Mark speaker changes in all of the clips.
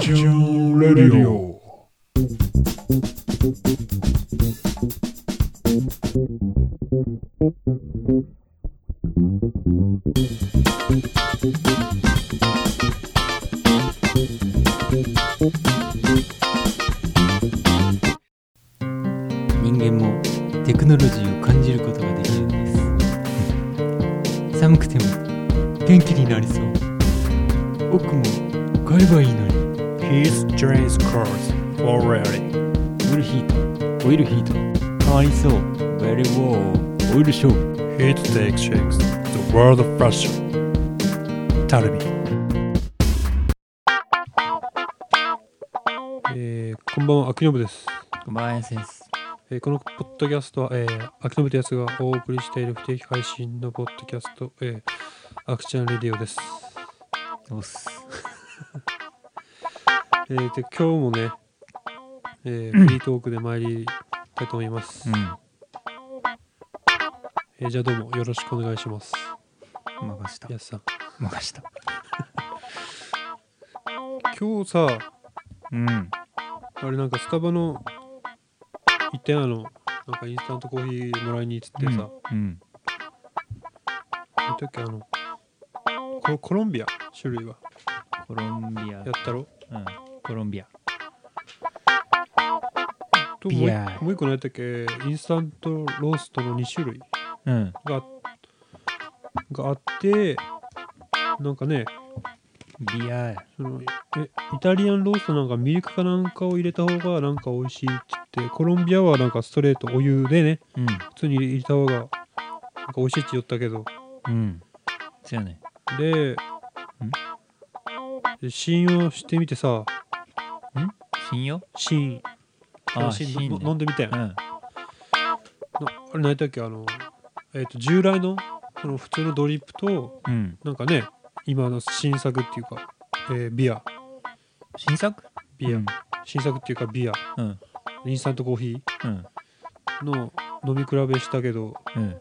Speaker 1: チューレディオ。
Speaker 2: 人間もテクノロジーを感じることができるんです寒くても元気になりそう僕も買えばいいのに
Speaker 3: His train's cars already.
Speaker 2: オイルヒートオイルヒート変わりそう Very warm オイルショー
Speaker 3: It takes shakes the world of fashion. Tell me.
Speaker 4: えーこんばんは、アキノブです、
Speaker 2: ごめんなさいです
Speaker 4: えーこのポッドキャストは、えー、アキノブとやつがお送りしている不定期配信のポッドキャスト、えーアクチャンレディオです。
Speaker 2: おっす
Speaker 4: えーで、今日もね、えーフリートークで参りたいと思います。
Speaker 2: うん
Speaker 4: えーじゃあどうもよろしくお願いします。
Speaker 2: 任した
Speaker 4: やすさん。
Speaker 2: 任した
Speaker 4: 今日さ、
Speaker 2: うん
Speaker 4: あれなんかスタバの一点あの、なんかインスタントコーヒーもらいに行ってさ、
Speaker 2: うん
Speaker 4: なんだっけあの、ココロンビア、種類は。
Speaker 2: コロンビア
Speaker 4: やったろ
Speaker 2: うんコロンビア
Speaker 4: ともう
Speaker 2: ビ
Speaker 4: 一
Speaker 2: ア
Speaker 4: もう一個何やったっけインスタントローストの2種類
Speaker 2: うん
Speaker 4: ががあってなんかね
Speaker 2: ビア
Speaker 4: そのえイタリアンローストなんかミルクかなんかを入れた方がなんか美味しいって言ってコロンビアはなんかストレートお湯でね
Speaker 2: うん
Speaker 4: 普通に入れた方がなんか美味しいって言ったけど
Speaker 2: うんじゃあね
Speaker 4: でで試飲をしてみてさ
Speaker 2: 信用
Speaker 4: 試飲
Speaker 2: あ
Speaker 4: 試飲
Speaker 2: 試飲ね
Speaker 4: 飲んでみたやん
Speaker 2: うん
Speaker 4: なあれ何やったっけあのえっ、と従来のその普通のドリップと
Speaker 2: うん
Speaker 4: なんかね、今の新作っていうか、えービア、
Speaker 2: 新作
Speaker 4: ビア、
Speaker 2: うん
Speaker 4: 新作っていうかビア、
Speaker 2: うん
Speaker 4: インスタントコーヒ
Speaker 2: うん
Speaker 4: ーの飲み比べしたけど、
Speaker 2: うん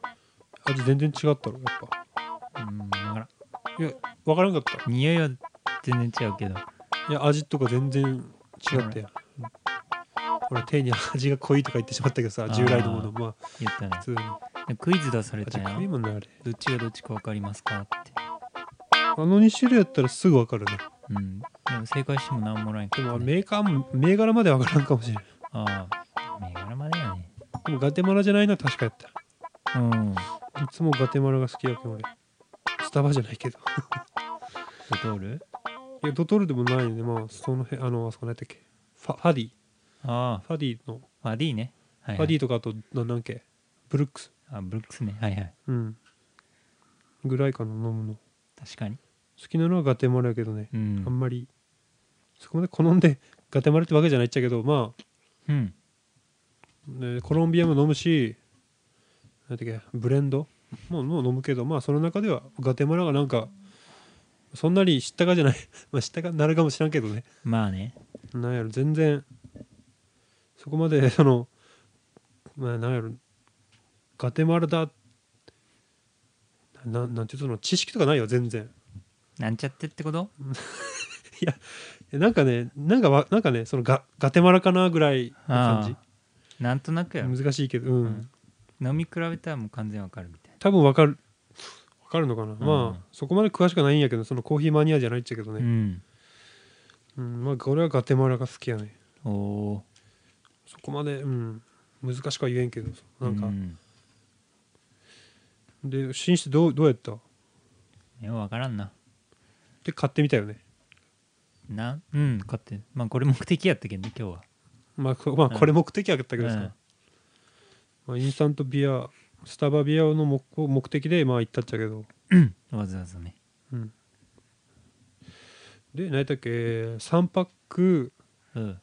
Speaker 4: 味全然違ったろ、やっぱ。
Speaker 2: うん、だから
Speaker 4: わからんかった。
Speaker 2: ん匂いは全然違うけど
Speaker 4: いや、味とか全然違ったよ。ほら、手に味が濃いとか言ってしまったけどさ、
Speaker 2: ー
Speaker 4: 従来のもの、まあ、
Speaker 2: 言ったね
Speaker 4: 普通に。
Speaker 2: でクイズ出された
Speaker 4: 味
Speaker 2: や
Speaker 4: 濃い
Speaker 2: ん
Speaker 4: もんね、あれ。
Speaker 2: どっちがどっちか分かりますかって
Speaker 4: あの2種類やったらすぐわかるね。
Speaker 2: うんでも正解しても何もない
Speaker 4: でも、
Speaker 2: ね、
Speaker 4: メーカーも、銘柄までわからんかもしれない。
Speaker 2: ああ銘柄までやね
Speaker 4: でも、ガテマラじゃないな、確かやった。
Speaker 2: うん
Speaker 4: いつもガテマラが好きやけん、俺。スタバじゃないけど。
Speaker 2: ドトール
Speaker 4: いや、ドトールでもないね。まあ、その辺、あの、あそこ何やったっけファファディ。
Speaker 2: あ
Speaker 4: ファディの、
Speaker 2: あファディねはい、
Speaker 4: ファディとかあと、ななんけ、ブルックス。
Speaker 2: あブルックスねはいはい
Speaker 4: うん。ぐらいかな、飲むの。
Speaker 2: 確かに
Speaker 4: 好きなのはガテマラやけどね。
Speaker 2: う
Speaker 4: あ
Speaker 2: ん、
Speaker 4: んまり、そこまで好んで ガテマラってわけじゃないっちゃけど、まあ、
Speaker 2: うん、
Speaker 4: ね、コロンビアも飲むし、なんてっけ、ブレンドもう、もう飲むけど、まあ、その中ではガテマラがなんか、そんなに知ったかじゃない。 まあ、知ったかなるかもしらんけどね。
Speaker 2: まあね
Speaker 4: なんやろ全然そこまで そのまあなんやろガテマラだななんていうその知識とかないよ全然
Speaker 2: なんちゃってってこと
Speaker 4: えなんかねなんかわなんかねそのガガテマラかなぐらいの感
Speaker 2: なんとなく
Speaker 4: じ
Speaker 2: やろ
Speaker 4: 難しいけどう
Speaker 2: う
Speaker 4: ん、
Speaker 2: ん飲み比べたらもう完全わかるみたい
Speaker 4: 多分わかるわかるのかな、
Speaker 2: う
Speaker 4: ま
Speaker 2: ん
Speaker 4: あそこまで詳しくはないんやけどそのコーヒーマニアじゃないっちゃけど
Speaker 2: な、
Speaker 4: ね、
Speaker 2: ん
Speaker 4: うんまあ俺はガテマラが好きやね
Speaker 2: おお
Speaker 4: そこまでうん難しくは言えんけどなんか、
Speaker 2: うん、
Speaker 4: で紳士どうどうやった
Speaker 2: いやわからんな
Speaker 4: で買ってみたよね
Speaker 2: なうん買ってまあこれ目的やったけどね今日は
Speaker 4: まあ、こ まあ
Speaker 2: うん
Speaker 4: これ目的やったけどさ、
Speaker 2: うん
Speaker 4: まあ、インスタントビアスタバビアの目を目的でまあ行ったっちゃけど、
Speaker 2: わざわざね
Speaker 4: うん、で何やったっけ3パック
Speaker 2: うん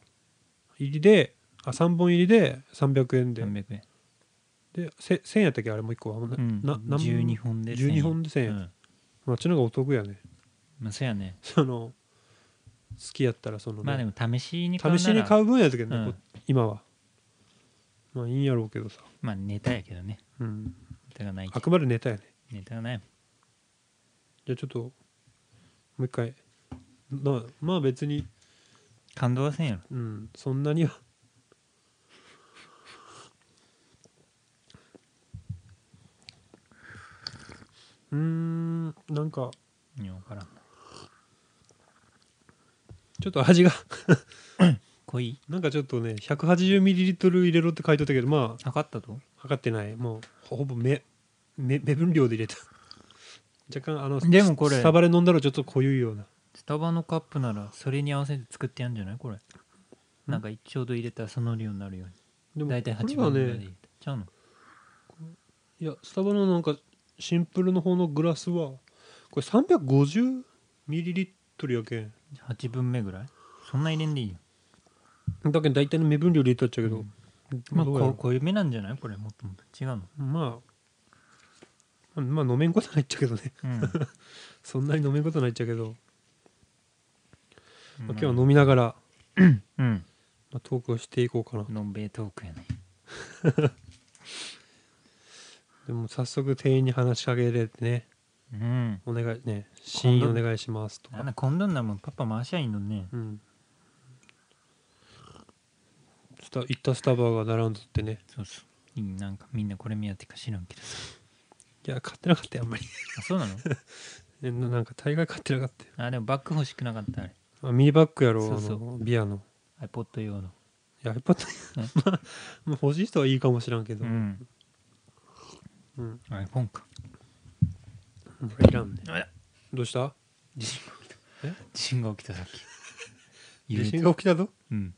Speaker 4: 入りであ3本入りで300円で
Speaker 2: 300円
Speaker 4: でせ1000円やったっけあれもう1個は、う
Speaker 2: うん
Speaker 4: な何
Speaker 2: 12本で
Speaker 4: 12本で1000円、
Speaker 2: うん
Speaker 4: まあ、あっちの方がお得やね
Speaker 2: まあそうやね
Speaker 4: その好きやったらそのね、
Speaker 2: まあでも試しに買うな
Speaker 4: 試
Speaker 2: ら
Speaker 4: しに買う分やったけどね、
Speaker 2: うん
Speaker 4: こ今はまあいいんやろうけどさ、
Speaker 2: まあネタやけどね
Speaker 4: うん、
Speaker 2: ネタがないけ
Speaker 4: あ
Speaker 2: ど
Speaker 4: くまでネタやね
Speaker 2: ネタがない
Speaker 4: じゃあちょっともう一回まあまあ別に
Speaker 2: 感動はせんやろ
Speaker 4: うんそんなにはうーんなんか
Speaker 2: いや分からん
Speaker 4: ちょっと味が
Speaker 2: 濃い
Speaker 4: なんかちょっとね 180ml 入れろって書いてあったけどまあ
Speaker 2: 測ったと
Speaker 4: 測ってないもうほぼ目目目分量で入れた 若干あの
Speaker 2: でもこれ
Speaker 4: スタバで飲んだらちょっと濃ゆいような
Speaker 2: スタバのカップならそれに合わせて作ってやんじゃないこれなんかちょうど入れたらその量になるよう
Speaker 4: で
Speaker 2: に
Speaker 4: も
Speaker 2: 大体
Speaker 4: これ
Speaker 2: 8
Speaker 4: は
Speaker 2: 番ぐらいで入
Speaker 4: ね
Speaker 2: れたちゃうの
Speaker 4: いやスタバのなんかシンプルの方のグラスはこれ 350ml やけん
Speaker 2: 8分目ぐらいそんな入れんでいいよ
Speaker 4: だけど大体の目分量で入れたっちゃうけど、
Speaker 2: まあ
Speaker 4: どうやろ
Speaker 2: こ濃いめなんじゃないこれもっともっと違うの
Speaker 4: まあまあ飲めんことないっちゃけどね
Speaker 2: うん
Speaker 4: そんなに飲めんことないっちゃけど、まあ、今日は
Speaker 2: の
Speaker 4: 飲みながら、
Speaker 2: うん
Speaker 4: まあ、トークをしていこうかな
Speaker 2: のんべえトークやね
Speaker 4: でも早速店員に話しかけれてね
Speaker 2: うん
Speaker 4: お願いね試飲お願いしますと
Speaker 2: あん
Speaker 4: か
Speaker 2: なこんなんなもんパパ回しゃいいのね
Speaker 4: うんスタ行ったスタバが並んどってね
Speaker 2: そうそういいなんかみんなこれ目当てか知らんけどさ
Speaker 4: いや買ってなかったよあんまり
Speaker 2: あそうなの
Speaker 4: えななんか大概買ってなかったよ
Speaker 2: あでもバッグ欲しくなかったあれ
Speaker 4: あミニバッグやろ
Speaker 2: そうそう
Speaker 4: あのビアの
Speaker 2: iPod 用の
Speaker 4: いや iPad
Speaker 2: ね
Speaker 4: まあまあ欲しい人はいいかもしらんけど、
Speaker 2: うん
Speaker 4: うん、
Speaker 2: iPhone か
Speaker 4: これいらんね
Speaker 2: あら
Speaker 4: どうした
Speaker 2: 地震が起き
Speaker 4: え
Speaker 2: た地震が起きたさっき
Speaker 4: 地震が起 きたぞ
Speaker 2: うん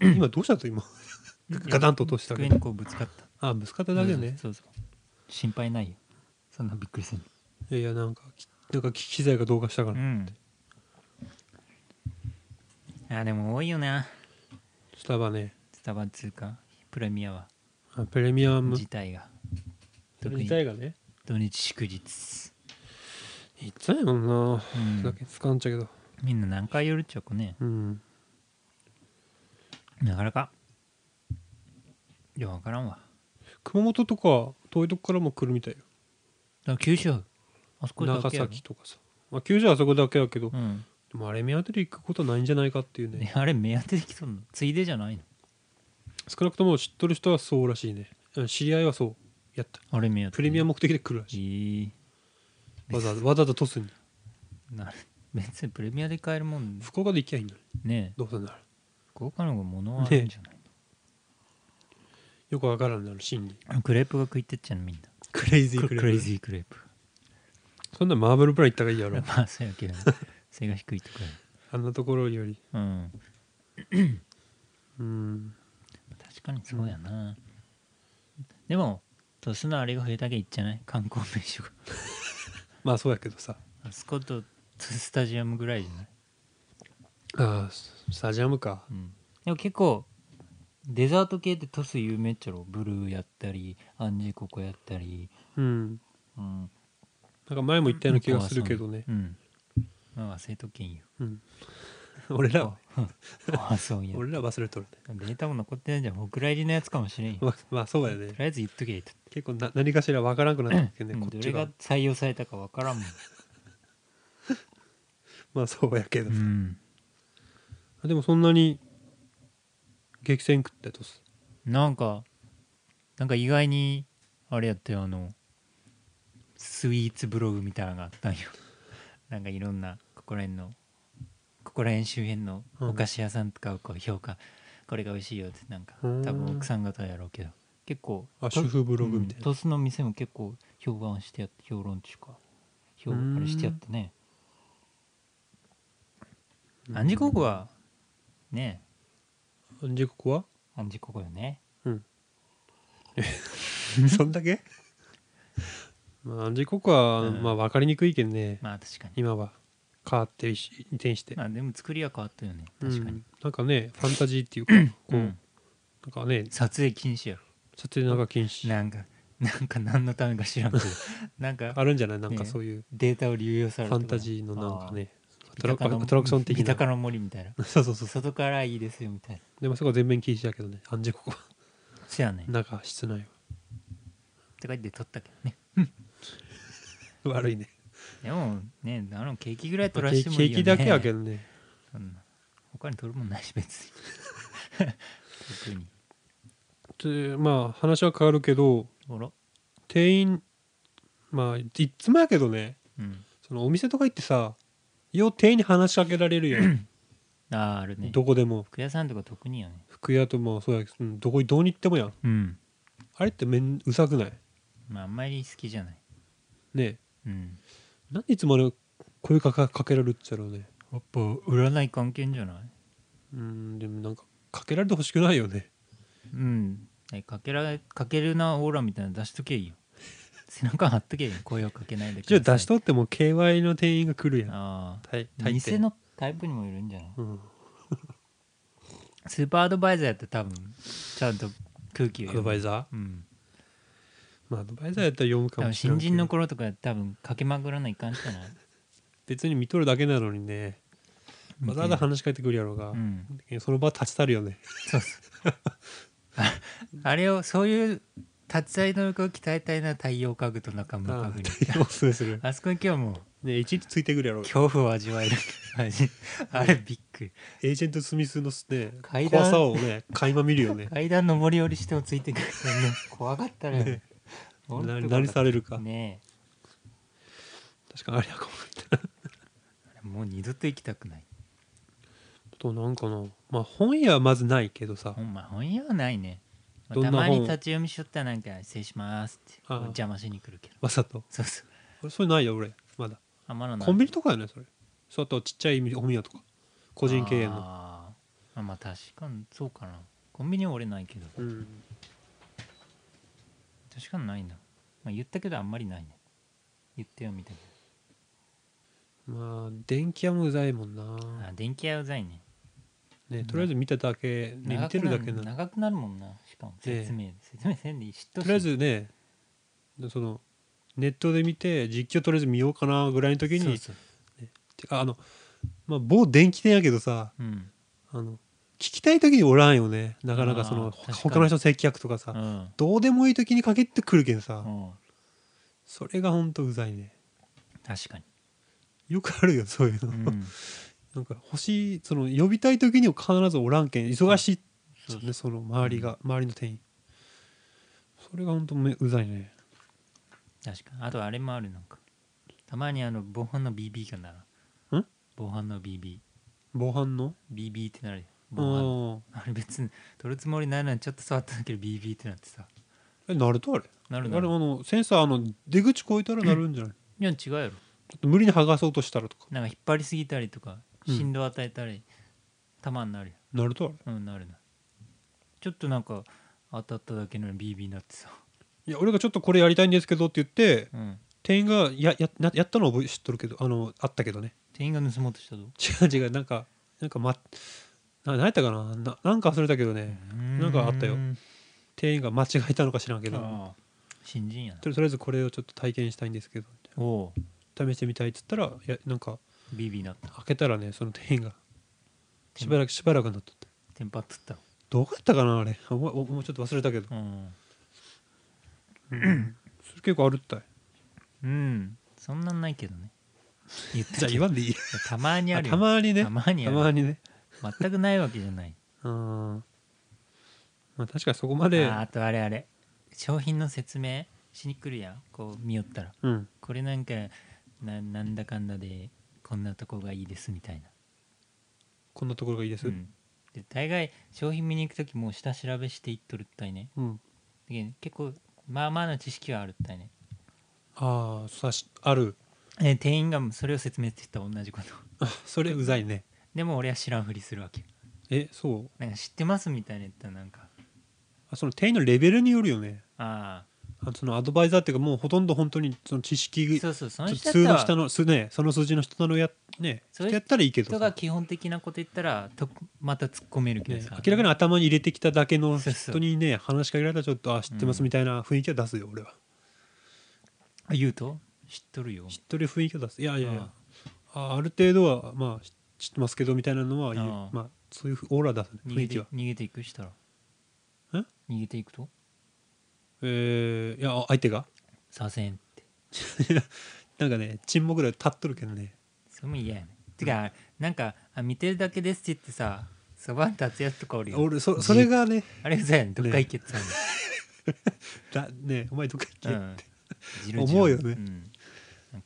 Speaker 4: 今どうしたと今ガタンと落とした
Speaker 2: 机
Speaker 4: け
Speaker 2: に
Speaker 4: ど
Speaker 2: こうぶつかった
Speaker 4: あぶつかっただけね
Speaker 2: そうそう心配ないよそんなびっくりせん
Speaker 4: いやいやなんかきなんか機材が同化したから、
Speaker 2: うんあでも多いよな
Speaker 4: スタバね
Speaker 2: スタバ通貨プレミアは
Speaker 4: あプレミアム
Speaker 2: 自体が
Speaker 4: それ
Speaker 2: 特に
Speaker 4: 自体がね
Speaker 2: 土日祝日
Speaker 4: いっつもんな、
Speaker 2: うん
Speaker 4: だけ使うんちゃけど
Speaker 2: みんな何回夜っちゃうかね
Speaker 4: うん
Speaker 2: なかなかいや分からんわだか
Speaker 4: 熊本とか遠いとこからも来るみたいよ
Speaker 2: ら九州あそこだ
Speaker 4: 長
Speaker 2: けやろ
Speaker 4: 崎とかさ、まあ、九州はあそこだけやけど、
Speaker 2: うん
Speaker 4: でもあれ目当てで行くことないんじゃないかっていう
Speaker 2: え
Speaker 4: ね
Speaker 2: あれ目当てできそうなのついでじゃないの
Speaker 4: 少なくとも知っとる人はそうらしいねうん知り合いはそうやった
Speaker 2: あれ目当て
Speaker 4: プレミア
Speaker 2: ム
Speaker 4: 目的で来るら
Speaker 2: え
Speaker 4: しい、
Speaker 2: ー
Speaker 4: わざわざわざわざトスに
Speaker 2: なる別にプレミアで買えるもん
Speaker 4: 福岡で行きゃいいのに
Speaker 2: ね
Speaker 4: どうせなら
Speaker 2: 福岡の方が物はあるんじゃない、
Speaker 4: よくわからんなる真理
Speaker 2: クレープが食いてっちゃうのみんな
Speaker 4: クレイジー
Speaker 2: ク
Speaker 4: クレイ
Speaker 2: レイジークレープ
Speaker 4: そんなマーブルプラン行った方がいいやろ
Speaker 2: まあそうやけ どね背が低いとか
Speaker 4: あんなところより
Speaker 2: うん
Speaker 4: うん
Speaker 2: 確かにそうやな、でも鳥栖のあれが増えたけいっちゃない観光名所が
Speaker 4: まあそうやけどさ
Speaker 2: あそこと鳥栖スタジアムぐらいじゃない、
Speaker 4: ああススタジアムか
Speaker 2: うん、でも結構デザート系って鳥栖有名っちゃろブルーやったりアンジーココやったり
Speaker 4: うん
Speaker 2: うん
Speaker 4: なんか前も言ったような気がするけどね、
Speaker 2: うんまあ忘れとけんよ
Speaker 4: うん、俺らは
Speaker 2: あそうや
Speaker 4: 俺らは忘れとるね
Speaker 2: データも残ってないじゃんお蔵入りのやつかもしれんよと
Speaker 4: ままあそうやね
Speaker 2: りあえず言っとけと、
Speaker 4: 結構な何かしらわからんくなってきてね
Speaker 2: うん
Speaker 4: こ
Speaker 2: どれ
Speaker 4: っち
Speaker 2: が
Speaker 4: が
Speaker 2: 採用されたかわからんもん、
Speaker 4: まあそうやけど
Speaker 2: う、ん、
Speaker 4: でもそんなに激戦区ってとす
Speaker 2: なんかなんか意外にあれやったよあのスイーツブログみたいなのがあったんよ なんかいろんなここら辺のここら辺周辺のお菓子屋さんとかをこう評価、これが美味しいよってなんか多
Speaker 4: うん
Speaker 2: 分奥さん方やろうけど結構
Speaker 4: あ主婦ブログみたいな、
Speaker 2: トスの店も結構評判してやって評論中か評
Speaker 4: うーん
Speaker 2: あれしてやってねアンジココはね
Speaker 4: 時刻は
Speaker 2: アンジココよね
Speaker 4: そんだけ まあ時刻は、
Speaker 2: うん
Speaker 4: まあ分かりにくいけどね、
Speaker 2: まあ確かに
Speaker 4: 今は変わってるし移転して、
Speaker 2: まあでも作りは変わったよね確か
Speaker 4: う
Speaker 2: に
Speaker 4: ん、なんかねファンタジーっていうかこう、
Speaker 2: うん
Speaker 4: なんかね
Speaker 2: 撮影禁止やろ
Speaker 4: 撮影なんか禁止
Speaker 2: なんかなんか何のためか知らん けどなんか
Speaker 4: あるんじゃないなんか
Speaker 2: ね
Speaker 4: そういう
Speaker 2: データを流用さ
Speaker 4: フ
Speaker 2: れ
Speaker 4: ァンタジーのなんかねアトラ
Speaker 2: ア
Speaker 4: アトラクション的
Speaker 2: 三
Speaker 4: な
Speaker 2: 鷹の森みたいな
Speaker 4: そうそうそう
Speaker 2: 外からいいですよみたいな
Speaker 4: でもそこは全面禁止だけどねアンジェココは
Speaker 2: せやねんっ
Speaker 4: 中室内
Speaker 2: て書いて撮ったけどね
Speaker 4: は悪いね
Speaker 2: でもねあのケーキぐらい撮
Speaker 4: ま
Speaker 2: ら
Speaker 4: あケ
Speaker 2: せて
Speaker 4: ーキ
Speaker 2: も
Speaker 4: ケ
Speaker 2: いい
Speaker 4: ー
Speaker 2: よ
Speaker 4: キ
Speaker 2: ね
Speaker 4: だけやけどね
Speaker 2: そんなお他に取るもんないし別に 特に
Speaker 4: でまあ話は変わるけど
Speaker 2: あら
Speaker 4: 店員まあいっつもやけどね
Speaker 2: うん
Speaker 4: そのお店とか行ってさよう店員に話しかけられるやん
Speaker 2: あーあるね
Speaker 4: どこでも
Speaker 2: 服屋さんとか特にやね
Speaker 4: 服屋ともそうやけどうんどこどうに行ってもやん
Speaker 2: うん
Speaker 4: あれってめんうさくない
Speaker 2: まああんまり好きじゃない
Speaker 4: ねえ
Speaker 2: うん
Speaker 4: なんでいつもあれ声かかかけられるっちゃろうね
Speaker 2: やっぱ占い関係んじゃない
Speaker 4: うんでもなんかかけられてほしくないよね
Speaker 2: うんえかけらかけるなオーラみたいなの出しとけいい よ背中貼っとけいいよ声をかけないでく
Speaker 4: じゃあ
Speaker 2: ださい
Speaker 4: 出しとっても KY の店員が来るやん
Speaker 2: ああ
Speaker 4: 大大抵
Speaker 2: 店のタイプにもよるんじゃない
Speaker 4: うん
Speaker 2: スーパーアドバイザーやって多分ちゃんと空気を
Speaker 4: ア
Speaker 2: 読む
Speaker 4: ドバイザー
Speaker 2: うん
Speaker 4: まあアドバイザーやったら読むか
Speaker 2: 多
Speaker 4: も
Speaker 2: 分
Speaker 4: しれな
Speaker 2: 新
Speaker 4: い
Speaker 2: 人の頃とか多分かけまぐらないかんじゃない
Speaker 4: 別に見とるだけなのにねわざわざ話しかけてくるやろうが、
Speaker 2: うん
Speaker 4: その場立ち去るよね
Speaker 2: そうそうああれをそういう立ち合い能力を鍛えたいな太陽家具と中村家具に
Speaker 4: おすすめする
Speaker 2: あそこに今日はもう
Speaker 4: ね一日ついてくるやろう
Speaker 2: 恐怖を味わえる感じあれびっくり
Speaker 4: エージェント・スミスのね
Speaker 2: 階段
Speaker 4: 怖さをね垣間見るよね
Speaker 2: 階段上り下りしてもついてくるからね怖かった ね
Speaker 4: ね
Speaker 2: ほんと
Speaker 4: な
Speaker 2: 怖かっ
Speaker 4: 何
Speaker 2: た
Speaker 4: されるか、
Speaker 2: ねえ
Speaker 4: 確かにあれは怖かったな
Speaker 2: あれもう二度と行きたくない
Speaker 4: あとなんかなまあ本屋はまずないけどさ
Speaker 2: ほんま本屋はないね
Speaker 4: どんな
Speaker 2: たま
Speaker 4: 本
Speaker 2: に立ち読みしとったらなんか失礼しますって
Speaker 4: ああ
Speaker 2: 邪魔しに来るけど
Speaker 4: わざと
Speaker 2: そうそう
Speaker 4: 俺それないよ俺まだ
Speaker 2: あまだない
Speaker 4: コンビニとかやねそれそうあとちっちゃいお宮とか個人経営の
Speaker 2: あーあまあ確かにそうかなコンビニは俺ないけど
Speaker 4: うん
Speaker 2: 確かにないな、まあ、言ったけどあんまりないね言ってよみたい
Speaker 4: まあ電気屋もうざいもん
Speaker 2: な
Speaker 4: な
Speaker 2: あ、電気屋うざいね
Speaker 4: ね、とりあえず見ただけ、ね、見てるだけな
Speaker 2: 長くな長くなるもんなしかも
Speaker 4: ええ
Speaker 2: 説明、説明せんでいい知っと
Speaker 4: と
Speaker 2: し
Speaker 4: りあえずねそのネットで見て実況とりあえず見ようかなぐらいの時に
Speaker 2: そうそう
Speaker 4: てかあの、まあ、某電気店やけどさ
Speaker 2: うん
Speaker 4: あの聞きたい時におらんよねなかなか
Speaker 2: あ
Speaker 4: そ
Speaker 2: ー
Speaker 4: の
Speaker 2: 確かに
Speaker 4: 他の人の接客とかさ、
Speaker 2: うん
Speaker 4: どうでもいい時にかけってくるけんさ、
Speaker 2: うん
Speaker 4: それがほんとうざいね
Speaker 2: 確 かに、
Speaker 4: よくあるよそういう
Speaker 2: う
Speaker 4: の、
Speaker 2: ん
Speaker 4: なんか欲しいその呼びたい時には必ずおらんけん忙しいっす
Speaker 2: そう
Speaker 4: よねその周りが周りの店員それがほんとめうざいね
Speaker 2: 確かにあとあれもあるなんかたまにあの防犯の BB がなら
Speaker 4: ん
Speaker 2: 防犯の BBBB
Speaker 4: 防犯の
Speaker 2: ってなるよ
Speaker 4: う
Speaker 2: 防犯の
Speaker 4: ん
Speaker 2: あれ別に取るつもりないのにちょっと触っただけで BB ってなってさ
Speaker 4: えなるとあれ
Speaker 2: なる
Speaker 4: あ
Speaker 2: な
Speaker 4: れ
Speaker 2: る
Speaker 4: あのセンサーあの出口越えたらなるんじゃない、
Speaker 2: いや違うやろ
Speaker 4: ちょっと無理に剥がそうとしたらとか
Speaker 2: なんか引っ張りすぎたりとか
Speaker 4: うん
Speaker 2: 振動与えたり、弾になるよ
Speaker 4: なるとあれ
Speaker 2: うんなるなちょっとなんか当たっただけの BB になってさ
Speaker 4: いや俺がちょっとこれやりたいんですけどって言って
Speaker 2: うん
Speaker 4: 店員がややなやったのは覚え知っとるけどあのあったけどね
Speaker 2: 店員が盗もうとしたぞ
Speaker 4: 違う違うなんかなんかまな何やったかなななんか忘れたけどねなんかあったよ
Speaker 2: うーん
Speaker 4: 店員が間違えたのか知らんけど
Speaker 2: ああ新人やな
Speaker 4: とりとりあえずこれをちょっと体験したいんですけど
Speaker 2: おお
Speaker 4: 試してみたいっつったらいやなんか
Speaker 2: BB なった
Speaker 4: 開けたらねその店員がしばらくしばらくなっとった
Speaker 2: テンパっとったわ
Speaker 4: どうやったかなあれおおおもうちょっと忘れたけど
Speaker 2: うん、
Speaker 4: それ結構あるったい
Speaker 2: うん、そんなんないけどね言っ
Speaker 4: じ
Speaker 2: た
Speaker 4: ゃあ
Speaker 2: け
Speaker 4: 言
Speaker 2: ど
Speaker 4: わんでいい
Speaker 2: たまにあ
Speaker 4: あ
Speaker 2: るよ
Speaker 4: たまにね
Speaker 2: たまにあ
Speaker 4: た
Speaker 2: る
Speaker 4: まにね
Speaker 2: 全くないわけじゃない
Speaker 4: うんまあ確かにそこまで
Speaker 2: ああとあれあれ商品の説明しに来るやんこう見よったら
Speaker 4: うん
Speaker 2: これなんかななんだかんだでこんなとこがいいですみたいな、
Speaker 4: こんなところがいいです
Speaker 2: う
Speaker 4: うん、
Speaker 2: ん、で大概商品見に行く時もう下調べしていっとるったいねで結構まあまあな知識はあるったいね
Speaker 4: ああさしある
Speaker 2: え店員がそれを説明してきた同じこと
Speaker 4: あそれうざいね
Speaker 2: でも俺は知らんふりするわけよ
Speaker 4: えそう
Speaker 2: なんか知ってますみたいな言ったらなんか
Speaker 4: あその店員のレベルによるよね
Speaker 2: あ
Speaker 4: あそのアドバイザーっていうかもうほとんど本当にその知識
Speaker 2: あそうそうその
Speaker 4: 普
Speaker 2: 人
Speaker 4: 通
Speaker 2: だ
Speaker 4: の
Speaker 2: った
Speaker 4: 下
Speaker 2: ら
Speaker 4: のすねその数字の人のやね
Speaker 2: そういう
Speaker 4: 人やったらいいけど
Speaker 2: 人
Speaker 4: さ
Speaker 2: が基本的なこと言ったらとまた突っ込めるけど
Speaker 4: ね
Speaker 2: さ、
Speaker 4: 明らかに頭に入れてきただけの
Speaker 2: そうそう
Speaker 4: 人にね話しかけられたらちょっとあ知ってますみたいな雰囲気は出すよ俺は
Speaker 2: あ言うと知っとるよ
Speaker 4: 知っとる雰囲気を出すいやいやいや
Speaker 2: あ
Speaker 4: あある程度はまあし知ってますけどみたいなのは言う
Speaker 2: ああ
Speaker 4: まあそういうふオーラ出すね
Speaker 2: 逃
Speaker 4: 雰
Speaker 2: げ
Speaker 4: 囲
Speaker 2: て
Speaker 4: 気は
Speaker 2: 逃げていくしたら
Speaker 4: え
Speaker 2: 逃げていくと
Speaker 4: えーいやあ相手が
Speaker 2: 左遷って
Speaker 4: なんかね沈黙で立っとるけどね
Speaker 2: それも嫌やねててかなんかあ見てるだけですって言ってさそばに立つやつとかおるよ
Speaker 4: 俺そそれがね
Speaker 2: あれうざいねどっか行けって言って
Speaker 4: だねお前どっか行け
Speaker 2: たのうんじろじろ
Speaker 4: 思うよね
Speaker 2: ん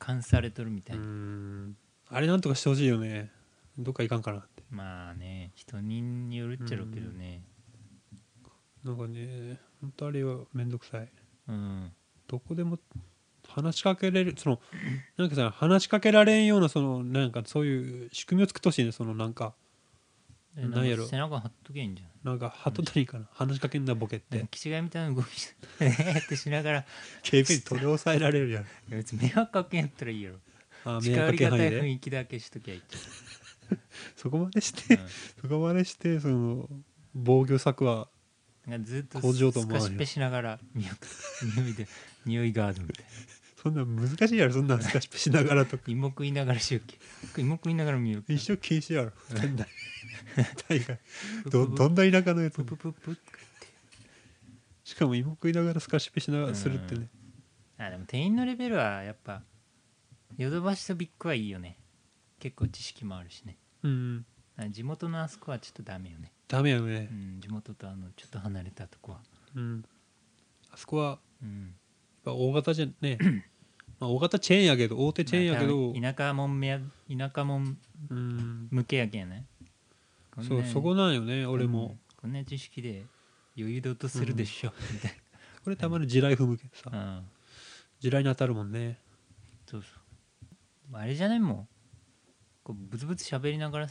Speaker 2: 監視されとるみた
Speaker 4: う
Speaker 2: い
Speaker 4: ー
Speaker 2: な、
Speaker 4: んあれなんとかしてほしいよねどっか行かんかなって
Speaker 2: まあね人によるっちゃろうけどね
Speaker 4: なんかね本当あれはめんどくさい
Speaker 2: うん
Speaker 4: どこでも話しかけれるそのなんかさ話しかけられんようなそのなんかそういう仕組みを作ってほしいねそのなんか
Speaker 2: え
Speaker 4: なん
Speaker 2: か
Speaker 4: やろ
Speaker 2: 背中貼っとけんじゃん
Speaker 4: なんか鳩谷かな、話しかけんなボケっ
Speaker 2: で
Speaker 4: て
Speaker 2: も気違いみたいな動きしえーってしな がらい
Speaker 4: 警備員取り押さえられるやん
Speaker 2: や別に迷惑かけんやったらいいやろ
Speaker 4: あ ー迷
Speaker 2: 近寄
Speaker 4: 惑か
Speaker 2: り
Speaker 4: け
Speaker 2: が
Speaker 4: 範
Speaker 2: たい
Speaker 4: 囲
Speaker 2: 雰
Speaker 4: で
Speaker 2: 囲気だけしときゃいいって
Speaker 4: そこまでして、
Speaker 2: うん
Speaker 4: そこまでしてその防御策は
Speaker 2: なんかずっと
Speaker 4: 工場と思わ
Speaker 2: スカ
Speaker 4: んよ
Speaker 2: シペしながら匂い匂いで匂いガードみたいな
Speaker 4: そんな難しいやろそんなスカシップしながらとか
Speaker 2: 芋食いながら集計芋食いながら見よう
Speaker 4: 一生禁止やろ大概大 概
Speaker 2: プ
Speaker 4: ど
Speaker 2: ププ
Speaker 4: どんな田舎のやつ
Speaker 2: プププププ
Speaker 4: しかも芋食いながらスカシップしながらするってね
Speaker 2: あでも店員のレベルはやっぱヨドバシとビッグはいいよね結構知識もあるしね
Speaker 4: うん
Speaker 2: あ地元のあそこはちょっとダメよね、
Speaker 4: ダメやね
Speaker 2: うん、地元とあのちょっと離れたとこは、
Speaker 4: うんあそこはやっ
Speaker 2: うん、
Speaker 4: ぱ大型じゃ ねまあ大型チェーンやけど大手チェーンやけ
Speaker 2: ま
Speaker 4: ど
Speaker 2: あ多分田舎もんめや田舎もん
Speaker 4: うん
Speaker 2: 向けやけんねん
Speaker 4: そう
Speaker 2: な
Speaker 4: そこなんよね俺
Speaker 2: う
Speaker 4: も
Speaker 2: んこんな知識で余裕で落とせるでしょ、みたい
Speaker 4: これたまに地雷踏むけどさ
Speaker 2: な、うん、
Speaker 4: 地雷に当たるもんね
Speaker 2: そうそうあれじゃないもんこうブツブツ喋りながら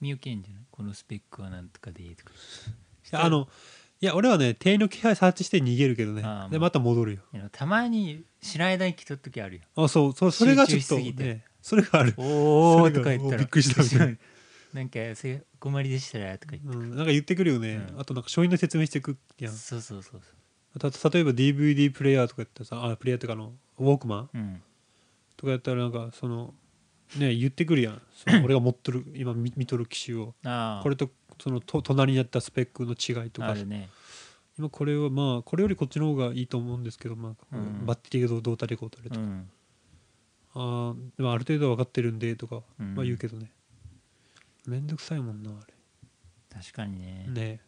Speaker 2: 見受けんじゃないこのスペックはなんとかでとか
Speaker 4: あのいや俺はね店員の気配察知して逃げるけどね
Speaker 2: あー
Speaker 4: で
Speaker 2: まあ
Speaker 4: また戻るよ
Speaker 2: いやたまに知らない間に来とる時あるよ
Speaker 4: あそうそうそれがちょっ
Speaker 2: 集中
Speaker 4: と
Speaker 2: しすぎて
Speaker 4: ねそれがある
Speaker 2: お
Speaker 4: そ
Speaker 2: お
Speaker 4: れが
Speaker 2: とか言った
Speaker 4: お
Speaker 2: ら
Speaker 4: びっくりしたみたいな
Speaker 2: 後ろになんかそれお困りでしたらとか言っ
Speaker 4: うん、なんか言ってくるよね、
Speaker 2: うん
Speaker 4: あとなんか商品の説明してくやん
Speaker 2: てそうそうそうそ
Speaker 4: た例えば DVD プレイヤーとかやったらさあプレイヤーとかのウォークマン
Speaker 2: ううん
Speaker 4: とかやったらなんかそのね言ってくるやんその俺が持っとる今見見とる機種を
Speaker 2: ああ
Speaker 4: これとそのと隣にあったスペックの違いと
Speaker 2: あ
Speaker 4: か
Speaker 2: るね
Speaker 4: 今これはまあこれよりこっちの方がいいと思うんですけど、まあ
Speaker 2: うん
Speaker 4: バッテリーがどうどうたれこうたれと
Speaker 2: う
Speaker 4: か、
Speaker 2: ん
Speaker 4: あーでもある程度は分かってるんでとか、
Speaker 2: うん
Speaker 4: まあ言うけどねめんどくさいもんなあ
Speaker 2: 確かにね
Speaker 4: れね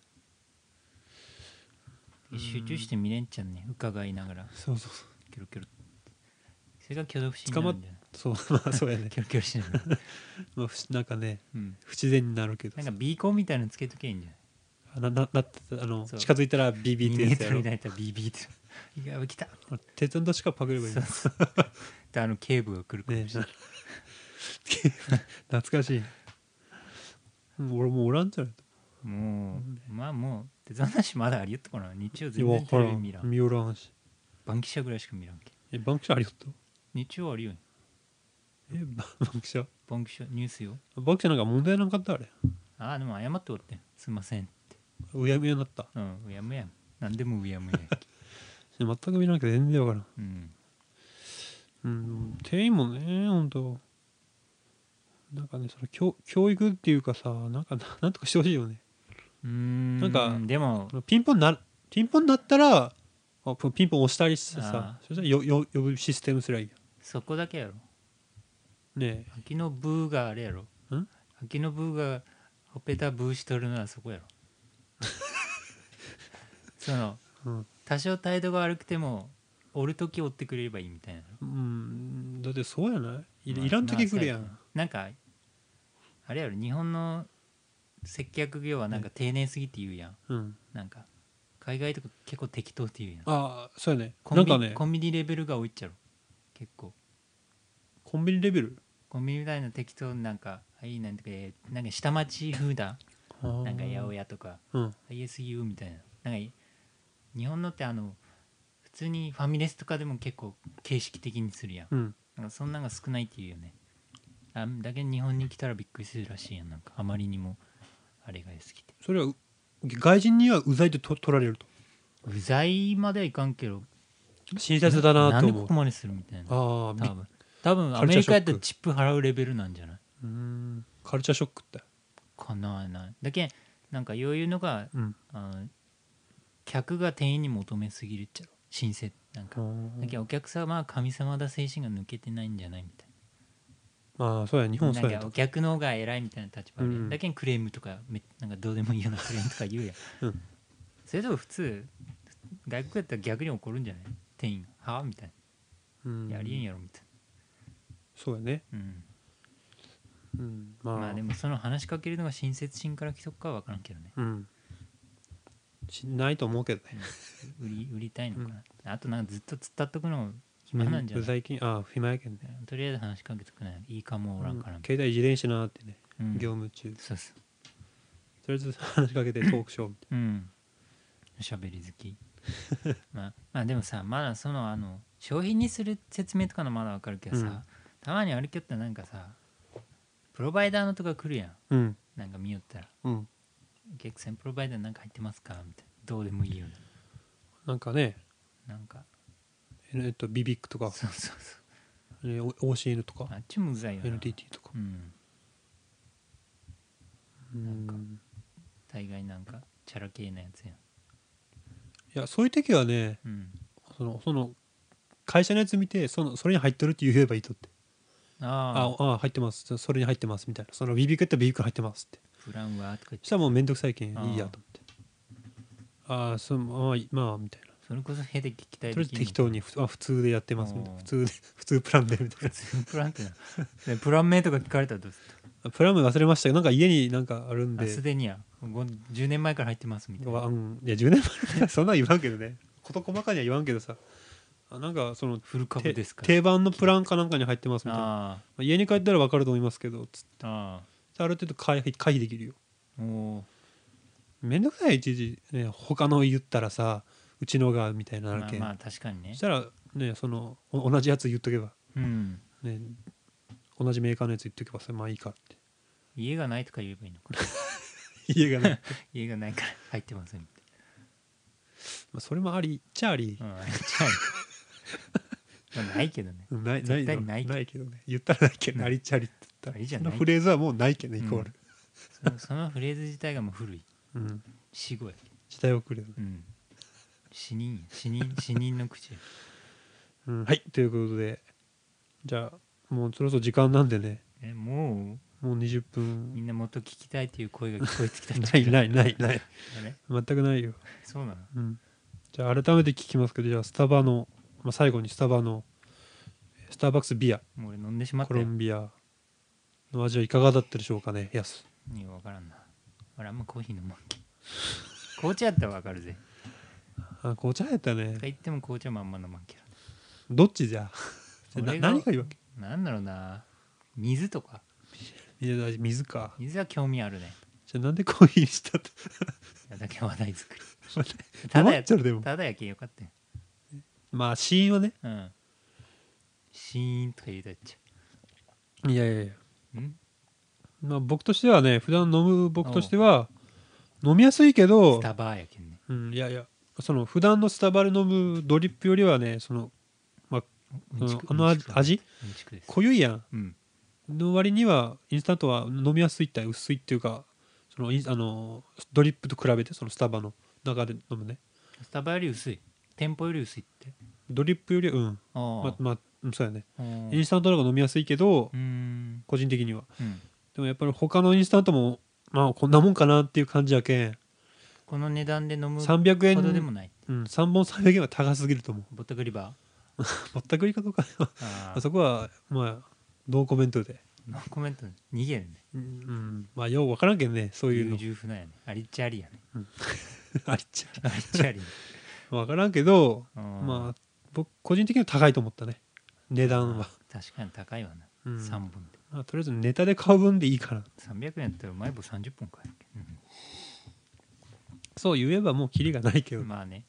Speaker 2: 集中して見れんちゃうね伺いながら
Speaker 4: そうそうそ
Speaker 2: キョロキョロそれが挙動不審になるんじゃないう
Speaker 4: そう まあそうやね
Speaker 2: キョロキョロしながら
Speaker 4: まあふしなんかね
Speaker 2: うん
Speaker 4: 不自然になるけど
Speaker 2: なんかビーコンみたいなのつけとけばいいんじゃない
Speaker 4: あなななってたあの
Speaker 2: そう
Speaker 4: 近づいたら BB ってやつ
Speaker 2: 2メート
Speaker 4: やろ
Speaker 2: ルになったらビビっていや来た
Speaker 4: 鉄のしかパクればいい
Speaker 2: そ
Speaker 4: の
Speaker 2: うそうであの警部が来るか
Speaker 4: ね
Speaker 2: もしれない、
Speaker 4: え懐かしいうん俺もうおらんじゃない
Speaker 2: もうまあもう手話まだありよっとこな日曜全
Speaker 4: いや
Speaker 2: 然
Speaker 4: わ
Speaker 2: テ
Speaker 4: か
Speaker 2: レ
Speaker 4: ら
Speaker 2: ビ
Speaker 4: ん
Speaker 2: 見らん
Speaker 4: 見よらんし
Speaker 2: バンキシャぐらいしか見らんけ
Speaker 4: えバンキシャありよった
Speaker 2: 日曜あるよ
Speaker 4: えババンキシャ
Speaker 2: バンキシャニュースよ
Speaker 4: バンキシャなんか問題なかったあれ
Speaker 2: ああでも謝っておってんすいませんって
Speaker 4: うやむやになった
Speaker 2: うんうやむやん何でもうやむやんけ
Speaker 4: 全く見らんけど全然わからん
Speaker 2: うん
Speaker 4: うん店員もねほんとなんかねその教教育っていうかさなんかななんとかしてほしいよね
Speaker 2: うーん
Speaker 4: なんか
Speaker 2: でも
Speaker 4: ピンポンなピンポンだったらあピンポン押したりして
Speaker 2: あ
Speaker 4: さそしたらよよ呼ぶシステムすりゃいいや
Speaker 2: そこだけやろ
Speaker 4: んね
Speaker 2: 秋のブーがあれやろ
Speaker 4: えん
Speaker 2: 秋のブーがほっぺたブーしとるのはそ こやろその
Speaker 4: うん
Speaker 2: 多少態度が悪くてもおる時追ってくれればいいみたいな
Speaker 4: うんだってそうやない
Speaker 2: まあ
Speaker 4: いらん時来るや
Speaker 2: ま
Speaker 4: ん
Speaker 2: なんかあれやろ日本の接客業はなんか丁寧すぎって言うやん
Speaker 4: うん
Speaker 2: なんか海外とか結構適当って言うやん
Speaker 4: ああそうやね
Speaker 2: コ
Speaker 4: な
Speaker 2: ン
Speaker 4: ん
Speaker 2: ビ
Speaker 4: かね
Speaker 2: コンビニレベルが多いっちゃろ結構
Speaker 4: コンビニレベル
Speaker 2: コンビニみたいな適当になんか「はいなんとかえーなんか下町風だ
Speaker 4: な
Speaker 2: なんか八百屋とか
Speaker 4: うん
Speaker 2: 「ISU」みたいななんか日本のってあの普通にファミレスとかでも結構形式的にするやん
Speaker 4: うん
Speaker 2: なんかそんなんが少ないっていうよねあだけど日本に来たらびっくりするらしいやんなんかあまりにもあれが好きて
Speaker 4: それはう外人にはうざいってと取られると
Speaker 2: うざいまではいかんけど
Speaker 4: 親切だな
Speaker 2: なん
Speaker 4: と
Speaker 2: で
Speaker 4: 思
Speaker 2: こ
Speaker 4: う
Speaker 2: こまでするみたいな
Speaker 4: ああ
Speaker 2: 多
Speaker 4: み
Speaker 2: 分多分アメリカやったらチップ払うレベルなんじゃないう
Speaker 4: ーんカルチャーショックって
Speaker 2: かななだけなんか余裕のが
Speaker 4: うん
Speaker 2: あの客が店員に求めすぎるっちゃろ新鮮なんかだけどお客様は神様だ精神が抜けてないんじゃないみたい
Speaker 4: ああそうや日本そう
Speaker 2: な
Speaker 4: や
Speaker 2: んか
Speaker 4: と
Speaker 2: 逆の方が偉いみたいな立場で、
Speaker 4: うん
Speaker 2: だけにクレームとかめなんかどうでもいいようなクレームとか言うやん、
Speaker 4: うん
Speaker 2: それとも普通外国やったら逆に怒るんじゃない店員がはみたい
Speaker 4: う
Speaker 2: な
Speaker 4: ん
Speaker 2: 「いやありえんやろ」みたい
Speaker 4: そうやね
Speaker 2: な、うん
Speaker 4: うんまあ、
Speaker 2: まあでもその話しかけるのが親切心から来とくかは分からんけどね
Speaker 4: うんしないと思うけどね
Speaker 2: 売り売りたいのかな、あとなんかずっと突っ立っとくの暇なんじゃ
Speaker 4: うん
Speaker 2: ない、
Speaker 4: 最近ああ暇やけんね
Speaker 2: とりあえず話しかけとくないいいかもおらんから
Speaker 4: うん
Speaker 2: みたい
Speaker 4: 携帯いじれんしなーってね、
Speaker 2: な、うん
Speaker 4: 業務中
Speaker 2: そうそう
Speaker 4: とりあえず話しかけてトークショーみたい
Speaker 2: うん喋り好き まあまあでもさまだそのあの商品にする説明とかのまだわかるけどさ、
Speaker 4: うん
Speaker 2: たまに歩きよったらなんかさプロバイダーのとか来るやん
Speaker 4: なうん
Speaker 2: なんか見よったら
Speaker 4: うん
Speaker 2: 「お客さんプロバイダーなんか入ってますか?」みたいなどうでもいいよう
Speaker 4: なんかね
Speaker 2: ななんか
Speaker 4: えっとビビックとか
Speaker 2: そうそうそう
Speaker 4: えー OCN とか
Speaker 2: あっちもうざいよな
Speaker 4: NTT とか
Speaker 2: うんなんか
Speaker 4: うん
Speaker 2: 大概なんかチャラ系なやつやん
Speaker 4: いやそういう時はね
Speaker 2: うん
Speaker 4: そのその会社のやつ見てそのそれに入ってるって言えばいいとってあ
Speaker 2: ああ
Speaker 4: あ入ってますそそれに入ってますみたいなそのビビックやったらビビック入ってますって
Speaker 2: ブラウンはとか言っ
Speaker 4: そしてたらもうめんどくさいけんい
Speaker 2: あー
Speaker 4: いやと思ってああそうまあいまあみたいな
Speaker 2: それこそヘで聞きたい
Speaker 4: とりあえず適当にふあ普通でやってますみたい
Speaker 2: おー
Speaker 4: な普通で 普通プランでみたい
Speaker 2: プランってなでプラン名とか聞かれたらどうする
Speaker 4: な プラン忘れましたけどなんか家になんかあるん
Speaker 2: あ
Speaker 4: です
Speaker 2: でにやご10年前から入ってますみたいな
Speaker 4: うん いや10年前はそんなん言わんけどね事細かには言わんけどさあなんかその
Speaker 2: フル株
Speaker 4: て
Speaker 2: ですから
Speaker 4: 定番のプランかなんかに入ってますみたいな
Speaker 2: あ
Speaker 4: まあ家に帰ったら分かると思いますけどつって
Speaker 2: ああ
Speaker 4: ある程度回避回避できるよ
Speaker 2: あおー
Speaker 4: めんどくさい一時、ね、他の言ったらさうちのがみたいにな
Speaker 2: ま
Speaker 4: る
Speaker 2: あ
Speaker 4: けん、
Speaker 2: まあ確かにね
Speaker 4: そしたらねそのお同じやつ言っとけば
Speaker 2: うん
Speaker 4: ね同じメーカーのやつ言っとけばそれまあいいからっ
Speaker 2: 家がないとか言えばいいのか
Speaker 4: て 家がね
Speaker 2: 家がないから入ってますみ
Speaker 4: まあそれもありっちゃあり
Speaker 2: たいなうん入っちゃう まあないけどね
Speaker 4: ないな
Speaker 2: 絶
Speaker 4: い
Speaker 2: 対
Speaker 4: の
Speaker 2: ないけど
Speaker 4: ないけどね言ったらないけどねありっちゃありって言
Speaker 2: ありじ
Speaker 4: った
Speaker 2: ゃな
Speaker 4: ら
Speaker 2: い
Speaker 4: そのフレーズはもうないけどねイコール、
Speaker 2: そのそのフレーズ自体がもう古い
Speaker 4: うん、
Speaker 2: 死語やけ
Speaker 4: 時代遅れだね、
Speaker 2: うん死人や死人死人の口や
Speaker 4: うん、はいということでじゃあもうそろそろ時間なんでね
Speaker 2: えも
Speaker 4: もう20
Speaker 2: うみ
Speaker 4: 分
Speaker 2: んなもっと聞きたいっていう声が聞こえてきたんじゃ
Speaker 4: ないないないない
Speaker 2: あれ
Speaker 4: 全くないよ、
Speaker 2: そうなの
Speaker 4: うん、じゃあ改めて聞きますけどじゃあスタバの、まあ、最後にスタバのスターバックスビア
Speaker 2: もう俺飲んでしまっ
Speaker 4: コ
Speaker 2: た
Speaker 4: ロ
Speaker 2: よ
Speaker 4: ンビアの味はいかがだったでしょうかねやす
Speaker 2: いや分からんな俺あんまコーヒー飲まんけん紅茶やったら分かるぜ
Speaker 4: あ紅茶やったね
Speaker 2: とか言っても紅茶もあんま飲まんけ
Speaker 4: どっちじゃ あ
Speaker 2: ど
Speaker 4: な
Speaker 2: 俺
Speaker 4: 何がいいわけ
Speaker 2: なんだろうな水とか
Speaker 4: いや水か
Speaker 2: 水は興味あるね
Speaker 4: じゃあなんでコーヒーにしたって
Speaker 2: いやだけ話題作りただ
Speaker 4: 黙っ
Speaker 2: や
Speaker 4: ちゃうでも
Speaker 2: ただやけんよかったよ
Speaker 4: まあ死因はね
Speaker 2: うんシーンとか言うたっち
Speaker 4: いやいやいや
Speaker 2: ゃうん
Speaker 4: まあ、僕としてはね普段飲む僕としては飲みやすいけど
Speaker 2: ス、タバーやけんね
Speaker 4: うん、いやいやその普段のスタバで飲むドリップよりはねその
Speaker 2: うんちく
Speaker 4: あの
Speaker 2: うんちく
Speaker 4: 味
Speaker 2: うんちくです
Speaker 4: 濃ゆいやん
Speaker 2: うん
Speaker 4: の割にはインスタントは飲みやすいって薄いっていうかそのインあのドリップと比べてそのスタバの中で飲むね
Speaker 2: スタバより薄い店舗より薄いって
Speaker 4: ドリップよりはうん
Speaker 2: ああ、
Speaker 4: ままあうんそうやね
Speaker 2: うん
Speaker 4: インスタントの方が飲みやすいけど
Speaker 2: うーん
Speaker 4: 個人的には
Speaker 2: うん
Speaker 4: でもやっぱり他のインスタントもまあこんなもんかなっていう感じやけん
Speaker 2: この値段で飲むほ
Speaker 4: 300円
Speaker 2: どでもない
Speaker 4: うん、3本300円は高すぎると思う
Speaker 2: ぼったくりバ
Speaker 4: ぼったくりかどうかは
Speaker 2: ーああ
Speaker 4: あそこはまあノーコメントで
Speaker 2: ノーコメント逃げるね
Speaker 4: うん、うんまあよう分からんけどねそういう
Speaker 2: 優
Speaker 4: の
Speaker 2: 柔不断やねありっちゃありやね
Speaker 4: あいっちゃ
Speaker 2: ありっちゃありね、
Speaker 4: 分からんけど
Speaker 2: ま
Speaker 4: まあ僕個人的には高いと思ったね値段は、
Speaker 2: あ確かに高いわな、
Speaker 4: うん
Speaker 2: 3本で
Speaker 4: まあとりあえずネタで買う分でいいから
Speaker 2: 300円やったらうまい棒30本買えるけん、
Speaker 4: そう言えばもうキリがないけ
Speaker 2: う
Speaker 4: ど
Speaker 2: んまあね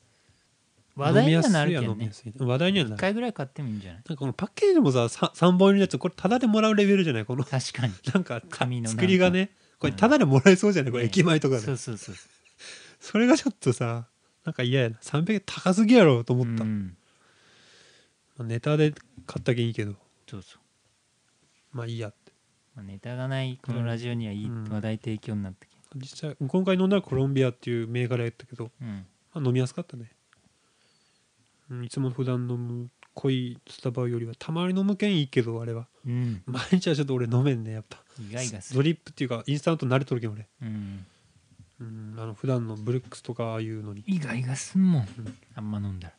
Speaker 2: 話題にはなるけ
Speaker 4: 飲
Speaker 2: ど
Speaker 4: みや
Speaker 2: ね
Speaker 4: すいは飲みやすい話題にはな
Speaker 2: 1
Speaker 4: る
Speaker 2: 回ぐらい買ってもいいんじゃない
Speaker 4: なんかこのパッケージもさ 3, 本入りのやつこれタダでもらうレベルじゃないこの
Speaker 2: 確かに
Speaker 4: なんか
Speaker 2: 紙のなんか
Speaker 4: 作りがねこれタダでもらえそうじゃないこれ
Speaker 2: ね
Speaker 4: 駅前とかで、
Speaker 2: そうそうそう
Speaker 4: それがちょっとさなんか嫌やな300円高すぎやろと思った、
Speaker 2: うん
Speaker 4: まあネタで買ったけんいいけど
Speaker 2: そうそう、
Speaker 4: まあいいやって
Speaker 2: まあ、ネタがないこのラジオにはいい
Speaker 4: うん
Speaker 2: 話題提供になったけ
Speaker 4: 実際今回飲んだらコロンビアっていう銘柄やったけど、
Speaker 2: ん、うん、
Speaker 4: まあ、飲みやすかったね、うん、いつも普段飲む濃いスタバよりはたまに飲むけんいいけどあれは
Speaker 2: うん
Speaker 4: 毎日はちょっと俺飲めんねやっぱ
Speaker 2: 意外がす
Speaker 4: ド
Speaker 2: る
Speaker 4: リップっていうかインスタント慣れとるけん俺
Speaker 2: うん
Speaker 4: うんあの普段のブルックスとかああいうのに
Speaker 2: 意外がすんもんあんま飲んだら